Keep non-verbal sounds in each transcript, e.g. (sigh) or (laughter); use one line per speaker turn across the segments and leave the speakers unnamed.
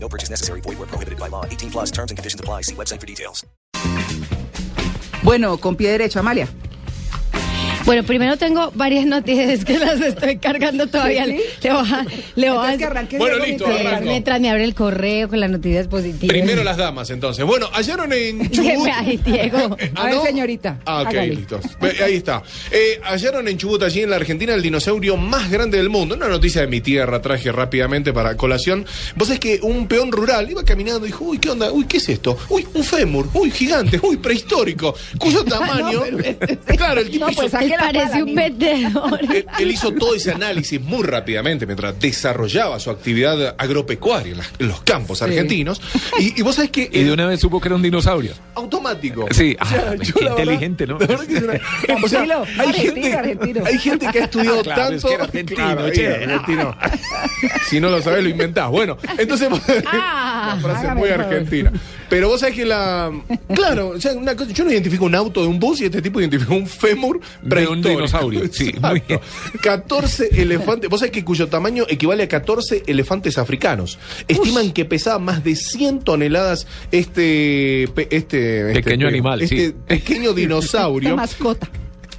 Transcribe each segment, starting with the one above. No purchase necessary. Void where prohibited by law. 18 plus terms and conditions apply. See website for details.
Bueno, con pie derecho, Amalia.
Bueno, primero tengo varias noticias que las estoy cargando todavía. Le voy a, le voy a-
Es que arranque
Bueno,
luego
listo,
mientras-
arranco.
mientras me abre el correo con las noticias positivas.
Primero
(laughs)
las damas, entonces. Bueno, ayer en Chubut.
Ay,
(laughs)
Diego.
A ver, señorita,
Ah, ok,
hágale.
listo. Ve, Ahí está. Eh, hallaron en Chubut, allí en la Argentina, el dinosaurio más grande del mundo. Una noticia de mi tierra, traje rápidamente para colación. Vos es que un peón rural iba caminando y dijo, uy, ¿qué onda? Uy, ¿qué es esto? Uy, un fémur, uy, gigante, uy, prehistórico,
(laughs)
cuyo tamaño... claro, el tipo
No,
hizo
pues,
Él
saque la
parece
pala,
un
niña.
(laughs)
vendedor. (laughs)
Él, él hizo todo ese análisis muy rápidamente mientras desarrollaba su actividad agropecuaria en, las- en los campos argentinos. Y, y vos sabés que
Y de una vez supo que era un dinosaurio.
automático.
Sí,
O sea, (laughs)
ah,
yo
qué
la verdad-
inteligente, ¿no?
la verdad que es una- o sea,
Tranquilo,
hay,
argentino,
gente,
argentino.
hay gente que ha estudiado
Ah, Claro, es
tanto.
que era argentino,
Claro,
che.
era argentino. si no lo sabes, lo inventás. Bueno, entonces.
Ah.
una frase
Ah, hágame
muy
el favor.
argentina. Pero vos sabés que la. Claro, o sea, una cosa, yo no identifico un auto de un bus y este tipo identificó un fémur
un
prehistórico.
dinosaurio, sí, muy bien.
Exacto. 14 elefantes. Vos sabés que cuyo tamaño equivale a 14 elefantes africanos. Estiman que pesaba más de 100 toneladas este. pe- este este
Pequeño
pe-
animal,
este
sí.
Pequeño
Esta (laughs)
dinosaurio.
mascota.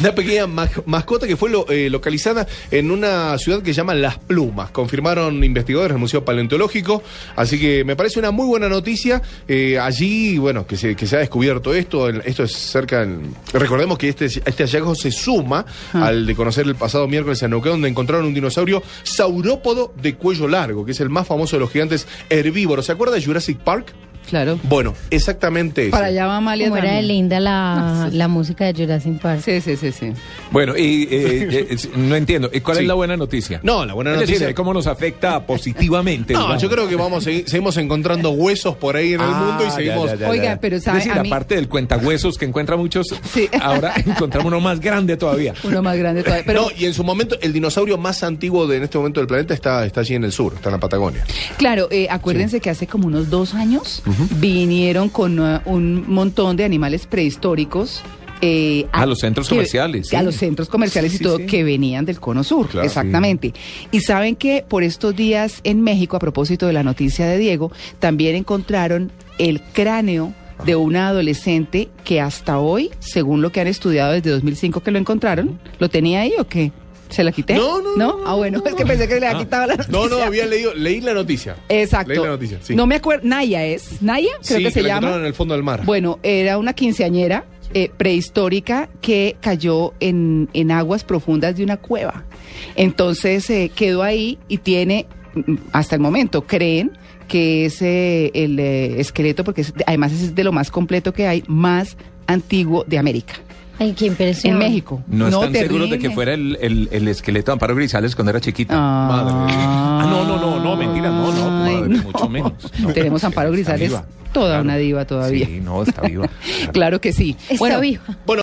Una pequeña ma- mascota que fue lo- eh, localizada en una ciudad que llaman Las Plumas. Confirmaron investigadores del Museo Paleontológico. Así que me parece una muy buena noticia. Eh, allí, bueno, que se, que se ha descubierto esto. en- Esto es cerca. en- recordemos que este, este hallazgo se suma al de conocer el pasado miércoles en Neuquén, donde encontraron un dinosaurio saurópodo de cuello largo, que es el más famoso de los gigantes herbívoros. ¿Se acuerda de Jurassic Park?
Claro.
Bueno, exactamente
Para
ese.
allá va Amalia.
Como era de
también.
linda la, la música de Jurassic Park.
Sí, sí, sí, sí.
Bueno, y eh, eh, es- no entiendo. ¿Y ¿Cuál
Sí.
es la buena noticia?
No, la buena
Es
noticia-
decir, de ¿Cómo nos afecta positivamente?
No,
digamos.
yo creo que vamos a seguir- seguimos encontrando huesos por ahí en el
Ah,
mundo y
ya,
seguimos.
ya, ya, ya.
Oiga, pero
Es
sabe,
decir,
a mí-
aparte del cuentahuesos que encuentra muchos,
Sí. (laughs)
ahora encontramos uno más grande todavía.
Uno más grande todavía. Pero
no, y en su momento, el dinosaurio más antiguo de, en este momento del planeta está, está allí en el sur, está en la Patagonia.
Claro, eh, acuérdense que hace como unos dos años vinieron con eh, un montón de animales prehistóricos. eh,
A los centros
que-
comerciales,
A
sí.
los centros comerciales
Sí,
y
sí,
todo
sí.
que venían del Cono Sur,
Claro,
exactamente. Y saben que por estos días en México, a propósito de la noticia de Diego, también encontraron el cráneo de una adolescente que hasta hoy, según lo que han estudiado desde 2005 que lo encontraron, ¿lo tenía ahí o qué? ¿Se la quité?
No, no, no, no,
Ah, bueno, es que pensé que le había quitado la noticia.
No, no, había leído, leí la noticia.
Exacto.
Leí la noticia, sí.
No me acuerdo. Naya es. Naya, creo
Sí,
que se
la
llama.
encontraron en el fondo del mar.
Bueno, era una quinceañera eh, prehistórica que cayó en, en aguas profundas de una cueva. Entonces eh, quedó ahí y tiene, mm, hasta el momento, creen que es eh, el eh, esqueleto, porque es- además es de lo más completo que hay, más antiguo de América,
Ay, qué impresión.
en México.
No, están seguros de
terrible.
que fuera el, el- el esqueleto de Amparo Grisales cuando era chiquita.
Ah.
Madre. Ah, no, no, no, no, mentira, no, no,
Ay,
madre,
no.
mucho menos. No.
Tenemos a Amparo
Está
Grisales,
viva,
toda una diva todavía. (laughs)
Sí, no, está viva.
Claro que sí.
Está
bueno,
viva.